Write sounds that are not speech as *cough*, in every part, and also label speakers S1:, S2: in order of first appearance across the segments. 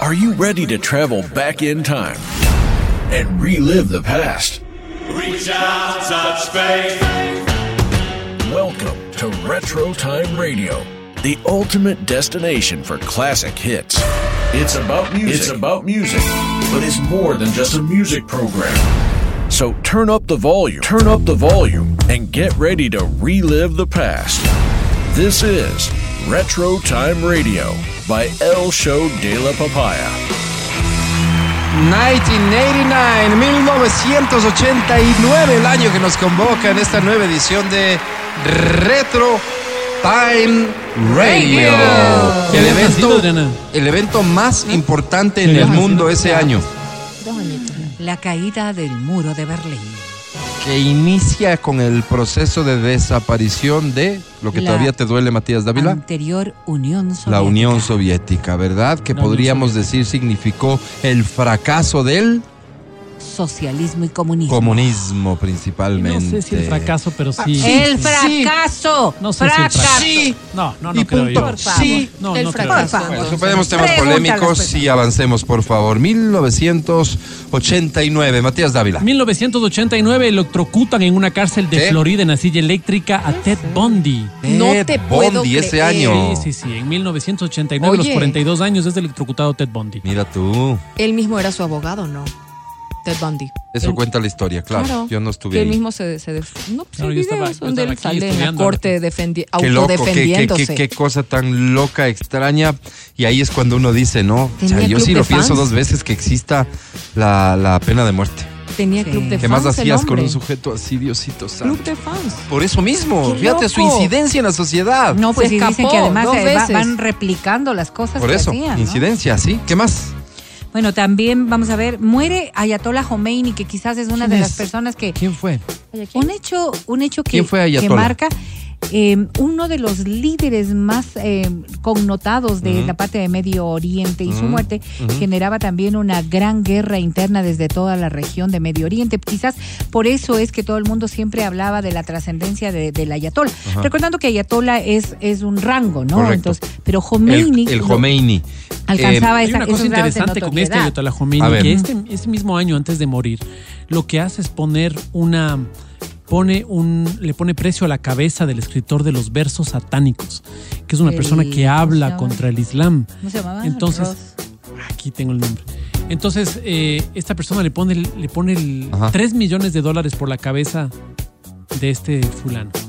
S1: Are you ready to travel back in time and relive the past?
S2: Reach out, touch faith.
S1: Welcome to Retro Time Radio, the ultimate destination for classic hits. It's about music. It's about music, but it's more than just a music program. So turn up the volume, turn up the volume, and get ready to relive the past. This is Retro Time Radio by El Show de la Papaya.
S3: 1989, 1989, el año que nos convoca en esta nueva edición de Retro Time Radio.
S4: Radio.
S3: El
S4: Qué bien nacido,
S3: evento,
S4: Adriana.
S3: el evento más importante en
S4: Qué
S3: el
S4: bien
S3: mundo ese
S4: nacido.
S3: año,
S5: La caída del muro de Berlín.
S3: que inicia con el proceso de desaparición de lo que
S5: La-
S3: todavía te duele, Matías Dávila.
S5: Anterior Unión Soviética.
S3: la Unión Soviética, ¿verdad? Que
S4: La Unión
S3: podríamos decir significó el fracaso del
S5: Socialismo y comunismo.
S3: comunismo principalmente.
S4: No sé si el fracaso, pero sí.
S5: El
S4: Sí.
S5: fracaso.
S4: No sé si el fracaso.
S3: Sí.
S4: No, no,
S3: Y
S4: no creo
S3: punto.
S4: yo.
S5: Por favor.
S3: Sí.
S4: No,
S6: El
S4: no creo. yo.
S6: fracaso.
S5: Por favor.
S3: Bueno, Superemos temas
S5: Pregúntale,
S3: polémicos
S5: pues.
S3: y avancemos, por favor. 1989, Matías Dávila.
S4: 1989 electrocutan en una cárcel de
S3: ¿Qué?
S4: Florida en la silla eléctrica a Ted Bundy.
S6: No
S3: Ted
S6: te puedo
S3: Bundy, ese
S6: creer.
S3: año.
S4: Sí, sí, sí. En 1989, a los
S6: Oye.
S4: 42 años, es electrocutado Ted Bundy.
S3: Mira tú.
S6: Él mismo era su abogado, ¿no? Ted Bundy.
S3: Eso cuenta la historia, claro. Yo no
S6: Que
S3: estuve
S6: él
S3: ahí.
S6: mismo se. se def- no, pues
S4: Claro,
S6: hay
S4: yo estaba-
S6: videos
S4: yo
S6: donde
S4: estaba
S6: él
S4: aquí
S6: sale en la
S4: estudiando.
S6: corte
S3: Qué
S6: defendi-
S3: loco, qué, qué-
S6: autodefendiéndose.
S3: qué- qué cosa tan loca, extraña. Y ahí es cuando uno dice, no, o sea,
S6: Tenía
S3: yo
S6: club
S3: sí lo
S6: de
S3: pienso
S6: fans.
S3: dos veces que exista la, la pena de muerte.
S6: Tenía
S5: Sí.
S6: club de fans.
S3: ¿Qué más
S6: el
S3: hacías con
S6: hombre.
S3: un sujeto así, Diosito santo?
S6: Club de fans.
S3: Por eso mismo,
S6: Qué
S3: fíjate su
S6: loco.
S3: incidencia en la sociedad.
S5: No, pues
S6: Se
S5: y dicen
S6: escapó
S5: que además
S6: dos
S5: eh, va-
S6: veces.
S5: van replicando las cosas
S3: Por
S5: que
S3: eso,
S5: hacían, ¿no?
S3: incidencia, ¿sí? ¿Qué más?
S5: Bueno, también vamos a ver, muere Ayatollah Khomeini, que quizás es una
S3: ¿Quién
S5: de
S3: es?
S5: las personas que
S3: ¿Quién fue?
S5: un hecho, un hecho que,
S3: ¿Quién fue Ayatollah?
S5: que marca eh, uno de los líderes más eh, connotados de
S3: Ujú.
S5: la parte de Medio Oriente y su
S3: Ujú,
S5: muerte
S3: ujú.
S5: generaba también una gran guerra interna desde toda la región de Medio Oriente. Quizás por eso es que todo el mundo siempre hablaba de la trascendencia de- del Ayatollah.
S3: Ajá.
S5: Recordando que Ayatollah es, es un rango, ¿no?
S3: Correcto.
S5: Entonces, pero Khomeini
S3: El, el
S5: lo
S3: Jomeini. Ah,
S5: alcanzaba
S4: Hay
S5: esa,
S4: una cosa
S5: esos grados de
S4: interesante con este
S5: notoriedad.
S4: Ayatollah
S3: A ver.
S4: Khomeini, que este, este mismo año antes de morir, lo que hace es poner una pone un le pone precio a la cabeza del escritor de los versos satánicos, que es una
S5: El-
S4: persona que
S5: ¿cómo se
S4: habla
S5: llama?
S4: contra el Islam.
S5: ¿Cómo se llamaba?
S4: Entonces,
S5: Ross.
S4: Aquí tengo el nombre. Entonces, eh, esta persona le pone, le pone el
S3: Ajá.
S4: 3 millones de dólares por la cabeza de este fulano.
S3: Eh,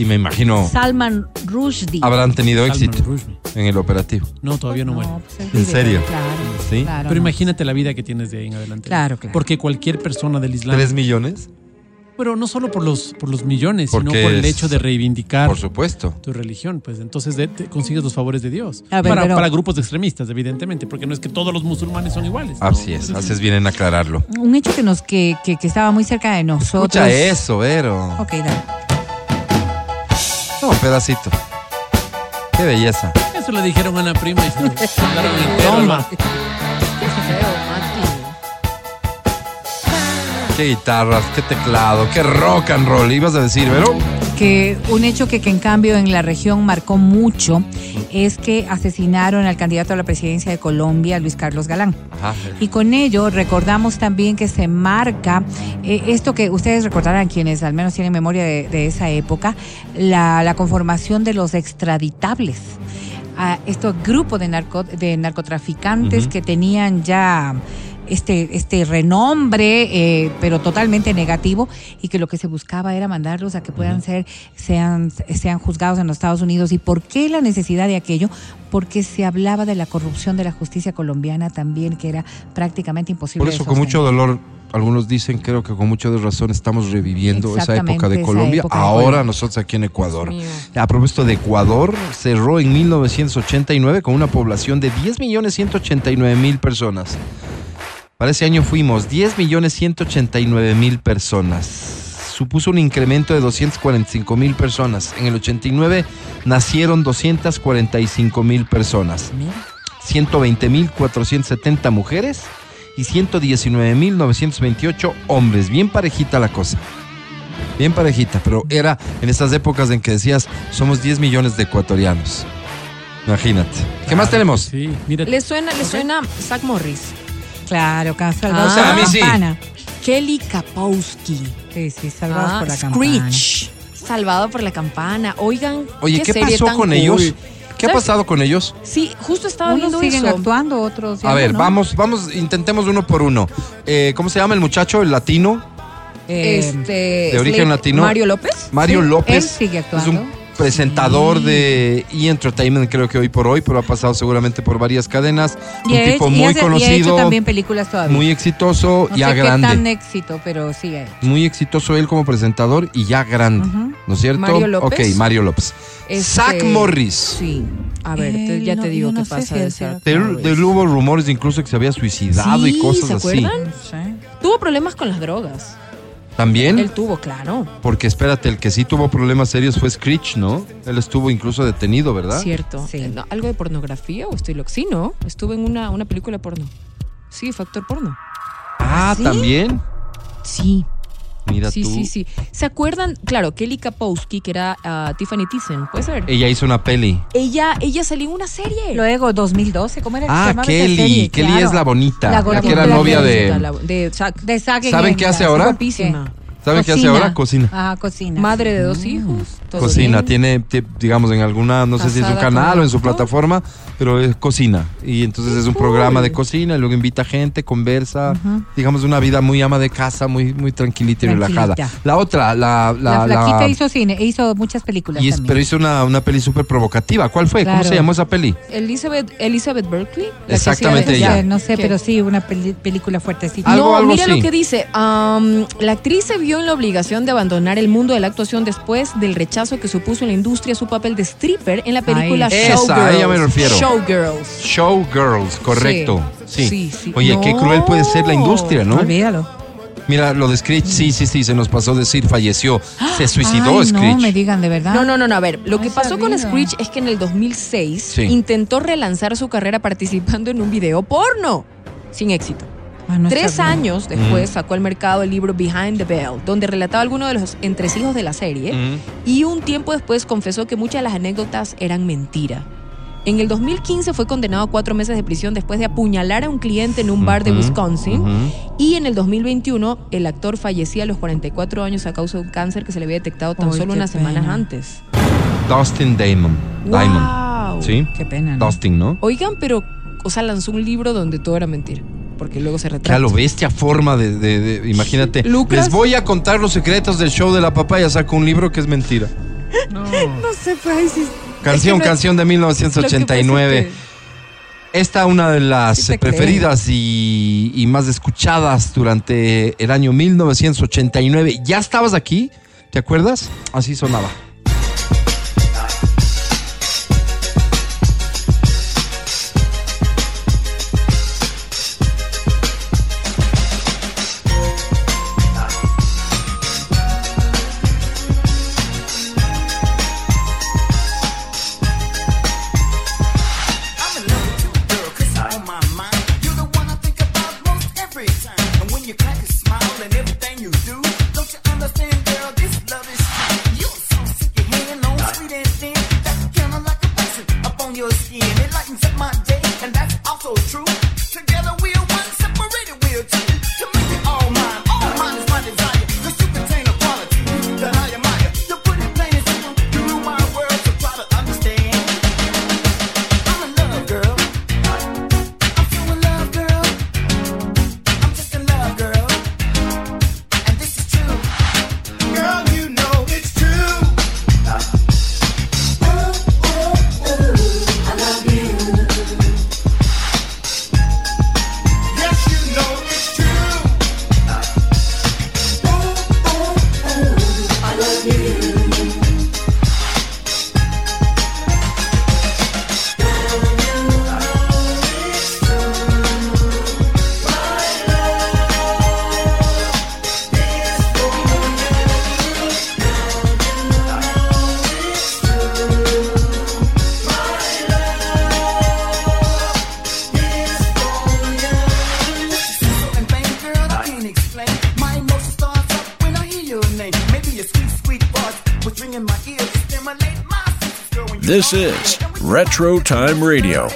S3: Y me imagino
S5: Salman Rushdie.
S3: habrán tenido
S4: Salman
S3: éxito
S4: Rushdie.
S3: en el operativo.
S4: No, todavía no, muere.
S5: pues, es
S3: ¿En
S5: video,
S3: serio?
S5: Claro,
S3: Sí.
S5: claro,
S4: Pero
S5: no.
S4: imagínate la vida que tienes de ahí en adelante.
S5: Claro, claro.
S4: Porque cualquier persona del Islam.
S3: ¿Tres millones?
S4: Pero no solo por los, por los millones, sino
S3: Porque
S4: por el
S3: es-
S4: hecho de reivindicar
S3: Por supuesto.
S4: tu religión. Pues entonces de- te consigues los favores de Dios.
S5: A ver,
S4: para,
S5: pero-
S4: para grupos de extremistas, evidentemente, porque no es que todos los musulmanes son iguales.
S3: Así
S4: ¿no?
S3: es, haces bien en aclararlo.
S5: Un hecho que nos que, que, que estaba muy cerca de nosotros.
S3: Escucha eso, Ero.
S5: Ok, dale.
S3: No, pedacito. Qué belleza.
S4: Eso le dijeron a una prima y se
S3: *laughs*
S4: lo mandaron entero, hermano.
S6: Qué feo, Mati.
S3: Qué guitarras, qué teclado, qué rock and roll. Ibas a decir, pero
S5: Que un hecho que, que en cambio en la región marcó mucho es que asesinaron al candidato a la presidencia de Colombia, Luis Carlos Galán.
S3: Ajá.
S5: Y con ello recordamos también que se marca eh, esto que ustedes recordarán, quienes al menos tienen memoria de, de esa época, la, la conformación de los extraditables. A estos grupos de, narco- de narcotraficantes
S3: Ujú.
S5: que tenían ya este, este renombre, eh, pero totalmente negativo, y que lo que se buscaba era mandarlos a que puedan ser, sean, sean juzgados en los Estados Unidos. ¿Y por qué la necesidad de aquello? Porque se hablaba de la corrupción de la justicia colombiana también, que era prácticamente imposible.
S3: Por
S5: de
S3: eso con
S5: sostener.
S3: mucho dolor, algunos dicen, creo que con mucho de razón estamos reviviendo esa época
S5: Exactamente,
S3: de
S5: esa
S3: Colombia.
S5: época de
S3: Ahora
S5: Colombia.
S3: nosotros aquí en Ecuador.
S6: Dios mío.
S3: A propósito de Ecuador, cerró en 1989 con una población de 10.189.000 personas. Para ese año fuimos 10.189.000 personas. Supuso un incremento de 245 mil personas. En el 89 nacieron 245 mil personas. 120.470 mujeres y 119.928 hombres. Bien parejita la cosa. Bien parejita, pero era en esas épocas en que decías, somos 10 millones de ecuatorianos. Imagínate. ¿Qué más tenemos?
S4: Sí, mira.
S6: ¿Le suena, le suena Zach Morris?
S5: Claro, acá salvados
S6: Ah,
S5: por
S6: a
S5: la
S6: mí
S3: sí.
S5: campana.
S6: Kelly Kapowski.
S5: Sí, sí, salvados
S6: Ah,
S5: por la campana.
S6: Screech. Salvado por la campana. Oigan,
S3: Oye, ¿qué,
S6: serie
S3: pasó
S6: tan
S3: con
S6: cool.
S3: ellos? ¿Qué ha
S6: ¿Sabes?
S3: pasado con ellos?
S6: Sí, justo estaba
S5: Unos
S6: viendo
S5: siguen
S6: eso.
S5: actuando, otros ya
S3: A ver,
S5: no.
S3: vamos, vamos, intentemos uno por uno. Eh, ¿Cómo se llama el muchacho, el latino?
S5: Eh,
S6: este,
S3: de origen
S6: Slade-
S3: latino.
S6: Mario López.
S3: Mario
S5: Sí,
S3: López.
S5: él sigue actuando.
S3: Es un presentador de E! Entertainment, creo que hoy por hoy, pero ha pasado seguramente por varias cadenas.
S5: y
S3: un
S5: ha
S3: tipo
S5: hecho- y
S3: muy
S5: hace- y ha hecho
S3: conocido,
S5: también películas todavía.
S3: muy exitoso,
S5: no
S3: ya
S5: sé qué tan
S3: grande.
S5: éxito, pero sí. eh.
S3: Muy exitoso él como presentador y ya grande.
S5: Ujú.
S3: ¿No es cierto?
S6: Mario López.
S3: Ok, Mario López.
S6: Este,
S3: Zach Morris.
S6: Sí. A ver, te-
S5: Él
S6: ya
S5: no-
S6: te
S5: yo
S6: digo
S5: no
S6: qué
S5: sé
S6: pasa
S5: si
S6: de
S5: él se
S6: Zach
S5: va-
S3: Te-
S6: Morris.
S3: de- hubo rumores incluso que se había suicidado
S6: Sí,
S3: y cosas
S6: ¿se
S3: así.
S6: acuerdan? Tuvo problemas con las drogas.
S3: También.
S6: Él tuvo, claro.
S3: Porque espérate, el que sí tuvo problemas serios fue Screech, ¿no? Él estuvo incluso detenido, ¿verdad?
S6: Cierto.
S5: Sí.
S6: Eh, no, ¿Algo de pornografía o estoy loco? Sí, ¿no? Estuve en una, una película porno. Sí, fue actor porno.
S3: Ah, también.
S6: Sí.
S3: Mira
S6: sí,
S3: tú.
S6: sí, sí. ¿Se acuerdan? Claro, Kelly Kapowski, que era ah, Tiffany Thyssen, puede ser.
S3: Ella hizo una peli.
S6: Ella, ella salió en una serie.
S5: Luego, 2012, ¿cómo era? que se
S3: Ah,
S5: llamaba esa
S3: Kelly.
S5: serie?
S3: Kelly
S5: Claro.
S3: es la bonita. La,
S5: La
S3: que
S5: gordita,
S3: era
S5: la
S3: novia
S6: La-
S3: de.
S6: la- de Zac.
S5: De Zac en
S3: ¿Saben qué
S5: India,
S3: hace
S5: sí.
S3: ahora?
S6: Guapísima.
S3: ¿Saben qué hace
S5: Cocina.
S3: ahora? Cocina.
S5: Ah, cocina.
S6: Madre de dos hijos. todo
S3: Mm. Cocina,
S6: bien.
S3: tiene, ti- digamos, en alguna, no sé si es un
S6: Casada con
S3: canal o en su
S6: doctor.
S3: plataforma, pero es cocina. Y entonces es un programa de cocina, y luego invita gente, conversa, digamos, una vida muy ama de casa, muy, muy tranquilita y relajada.
S5: Tranquilita.
S3: La otra, la...
S5: La,
S3: la,
S5: flaquita
S3: la-
S5: hizo cine, hizo muchas películas
S3: y es-
S5: también.
S3: pero hizo una, una peli súper provocativa. ¿Cuál fue? ¿Cómo
S5: Claro.
S3: se llamó esa peli?
S6: Elizabeth, Elizabeth Berkeley. la que
S3: Exactamente
S6: hacía de-
S3: ella.
S5: Ya, No sé,
S6: ¿Qué?
S5: pero sí, una peli- película fuertecita.
S3: Algo,
S6: no,
S3: algo
S6: mira
S3: sí.
S6: lo que dice. am, la actriz se vio en la obligación de abandonar el mundo de la actuación después del rechazo que supuso en la industria su papel de stripper en la película
S5: Ay,
S3: esa,
S6: Showgirls.
S3: a ella me refiero.
S6: Showgirls.
S3: Showgirls, correcto. Sí.
S6: Sí, sí.
S3: Oye, qué
S6: No.
S3: cruel puede ser la industria, ¿no?
S5: Olvídalo.
S3: Mira, lo de Screech, sí, sí, sí, se nos pasó decir, falleció. Se
S5: *gasps*
S3: suicidó
S5: Ay,
S3: Screech.
S5: No me digan de verdad.
S6: No, no, no, no, a ver, lo
S5: Ah, No
S6: que
S5: he
S6: pasó con
S5: sabido.
S6: Screech es que en el 2006
S3: Sí.
S6: intentó relanzar su carrera participando en un video porno, sin éxito.
S5: Ah, no
S6: Tres
S5: sabía.
S6: años
S3: Mm.
S6: después sacó al mercado el libro Behind the Bell, donde relataba algunos de los entresijos de la serie,
S3: Mm.
S6: y un tiempo después confesó que muchas de las anécdotas eran mentira. En el 2015 fue condenado a cuatro meses de prisión después de apuñalar a un cliente en un bar de
S3: Ujú,
S6: Wisconsin.
S3: ujú.
S6: Y en el 2021, el actor fallecía a los 44 años a causa de un cáncer que se le había detectado tan
S5: Uy,
S6: solo
S5: qué
S6: unas semanas
S5: pena.
S6: antes.
S3: Dustin Damon. Diamond.
S6: ¡Wow!
S3: ¿Sí?
S5: Qué pena. ¿no?
S3: Dustin, ¿no?
S6: Oigan, pero, o sea, lanzó un libro donde todo era mentira. Porque luego se retrata.
S3: Claro, bestia forma de, de- de- imagínate.
S6: Lucas.
S3: Les voy a contar los secretos del show de la papaya. Saco un libro que es mentira.
S4: No.
S6: No sé, pues, ahí sí-
S3: Canción,
S6: es que no-
S3: canción de
S6: lo que pasa es
S3: 1989.
S6: que-
S3: Esta una de las
S6: Sí te
S3: preferidas y, y más escuchadas durante el año 1989. ¿Ya estabas aquí? ¿Te acuerdas? Así sonaba.
S7: I'm in love with you, girl, cause you're on my mind. You're the one I think about most every time. And when you crack a smile and everything you do, don't you understand, girl, this love is true. You're so sick of hanging on sweet and thin. That's kinda like a person up on your skin. It lightens up my day, and that's also true. Together we're one, separated we're two. To make it all mine, all mine is my desire. Cause you contain a quality that I admire. To put it plain and simple, you rule my world, so try to understand. I'm in love, girl. I'm so in love, girl. I'm just in love, girl. And this is true. Girl, you know it's true. I love you. Yes, you know it's true. I love you. and bang, girl, I can't explain. My emotion starts up when I hear your name. Maybe your sweet, sweet voice was ringing my ears. Stimulate my senses, girl. When you
S1: This
S7: call me,
S1: is
S7: and we
S1: Retro Time Radio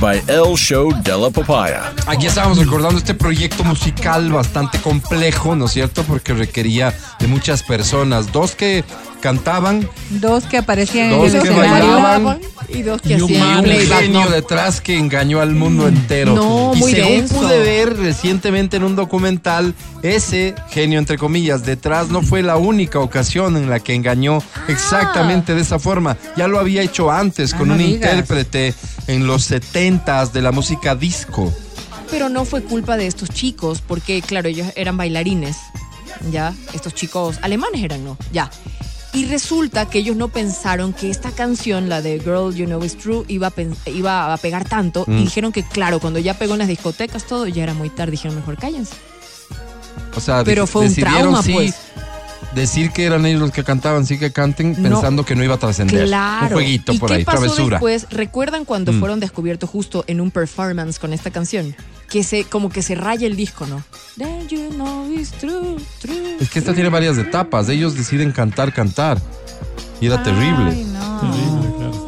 S1: by El Show Della Papaya.
S3: Aquí estábamos recordando este proyecto musical bastante complejo, ¿no es cierto? Porque requería de muchas personas. Dos que cantaban,
S5: Dos que aparecían
S3: Dos
S5: en el
S3: que
S5: escenario.
S3: bailaban.
S6: Y dos que
S4: Y un
S3: y
S6: hacían
S4: man.
S3: un
S6: playback,
S3: genio
S6: ¿no?
S3: detrás que engañó al mundo entero.
S6: No,
S3: y
S6: muy
S3: según
S6: denso.
S3: pude ver recientemente en un documental, ese genio, entre comillas, detrás no fue la única ocasión en la que engañó
S6: Ah.
S3: exactamente de esa forma. Ya lo había hecho antes con
S5: no
S3: un
S5: digas.
S3: intérprete en los 70s de la música disco.
S6: Pero no fue culpa de estos chicos, porque claro, ellos eran bailarines, ¿ya? Estos chicos alemanes eran, ¿no? Ya. Y resulta que ellos no pensaron que esta canción, la de Girl You Know It's True, iba a, pen- iba a pegar tanto.
S3: Mm.
S6: Y dijeron que, claro, cuando ya pegó en las discotecas todo, ya era muy tarde. Dijeron, mejor cállense.
S3: O sea,
S6: Pero
S3: deci-
S6: fue un
S3: decidieron
S6: trauma,
S3: sí
S6: pues.
S3: decir que eran ellos los que cantaban, sí que canten,
S6: No.
S3: pensando que no iba a trascender.
S6: Claro.
S3: Un jueguito
S6: ¿Y
S3: por
S6: qué
S3: ahí,
S6: pasó
S3: travesura. Mm.
S6: después? ¿Recuerdan cuando fueron descubiertos justo en un performance con esta canción? Que se, como que se raya el disco, ¿no? That you know is true, true.
S3: Es que esta tiene varias etapas. Ellos deciden cantar, cantar. Y era
S5: Ay,
S3: terrible.
S5: no.
S6: Ah.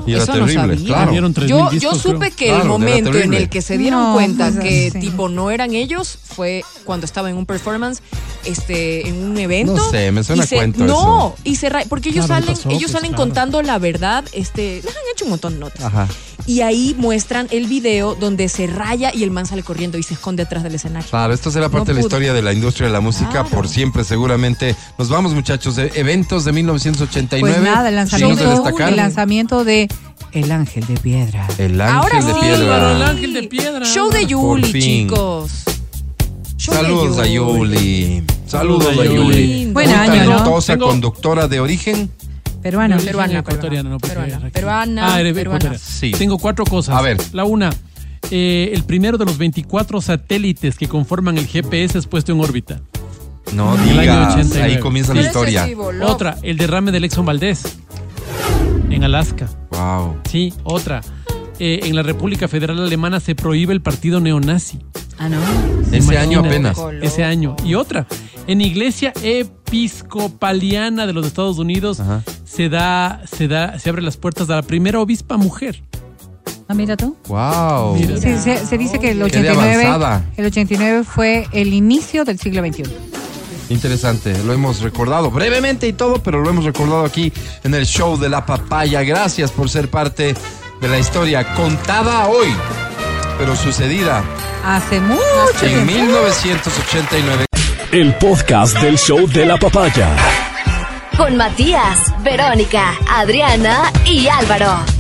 S3: Y era
S6: Eso no
S3: terrible,
S6: sabía.
S3: claro.
S4: Vendieron 3.000
S6: Yo, yo
S4: discos, creo.
S6: supe que
S3: Claro,
S6: el
S3: era
S6: momento en
S3: terrible.
S6: el que se dieron
S5: No,
S6: cuenta
S5: pues,
S6: que
S5: sí.
S6: tipo no eran ellos fue cuando estaba en un performance, este, en un evento.
S3: No sé, me suena
S6: y se-
S3: cuento
S6: No, y se ra- porque ellos
S4: Claro,
S6: salen,
S4: pasó,
S6: ellos
S4: pues,
S6: salen
S4: claro.
S6: contando la verdad, este, les han hecho un montón de notas.
S3: Ajá.
S6: Y ahí muestran el video donde se raya y el man sale corriendo y se esconde atrás del escenario.
S3: Claro, esto será parte
S6: No
S3: de la
S6: pudo.
S3: historia de la industria de la música
S6: Claro.
S3: por siempre, seguramente. Nos vamos, muchachos. de eventos de 1989.
S5: Pues nada, el
S3: dignos de
S5: lanzamiento,
S3: destacar.
S5: el lanzamiento de El Ángel de Piedra.
S3: El ángel
S6: Ahora
S3: de
S6: sí,
S4: Álvaro, el
S3: piedra.
S4: ángel de piedra.
S6: Show de
S3: Por
S6: Yuli,
S3: fin.
S6: chicos. Show de
S3: Saludos a Yuli. Saludos a Yuli.
S6: Lindo.
S5: Buen
S3: Muy
S5: año, ¿no?
S3: talentosa
S4: Tengo-
S3: conductora de origen.
S5: Peruano.
S6: Peruana,
S4: ecuatoriana, no porque
S6: peruana,
S4: era aquí.
S6: peruana,
S4: Ah, era
S6: peruana.
S4: ecuatoriana.
S3: Sí.
S4: Tengo cuatro cosas.
S3: A ver.
S4: La una, eh, el primero de los 24 satélites que conforman el GPS es puesto en órbita.
S3: No
S4: año
S3: digas.
S4: 89.
S3: Ahí comienza la
S6: Pero ese
S3: historia.
S6: sí voló.
S4: Otra, el derrame del Exxon Valdez en Alaska.
S3: Wow.
S4: Sí, otra. Eh, en la República Federal Alemana se prohíbe el partido neonazi.
S5: Ah, no.
S3: Ese año
S4: Imagínate.
S3: apenas.
S6: Loco.
S4: Ese año. Y otra, en Iglesia Episcopaliana de los Estados Unidos
S3: Ajá.
S4: se da, se da, se abre las puertas a la primera obispa mujer.
S5: Ah, mira tú.
S3: Wow.
S4: Mira.
S5: Se, se- se dice que el
S3: Qué de
S5: 89,
S3: avanzada.
S5: el 89 fue el inicio del siglo XXI.
S3: Interesante, lo hemos recordado brevemente y todo, pero lo hemos recordado aquí en el show de la papaya. Gracias por ser parte de la historia contada hoy, pero sucedida
S5: Hace mucho
S3: en
S5: tiempo.
S3: 1989.
S8: El podcast del show de la papaya.
S9: Con Matías, Verónica, Adriana y Álvaro.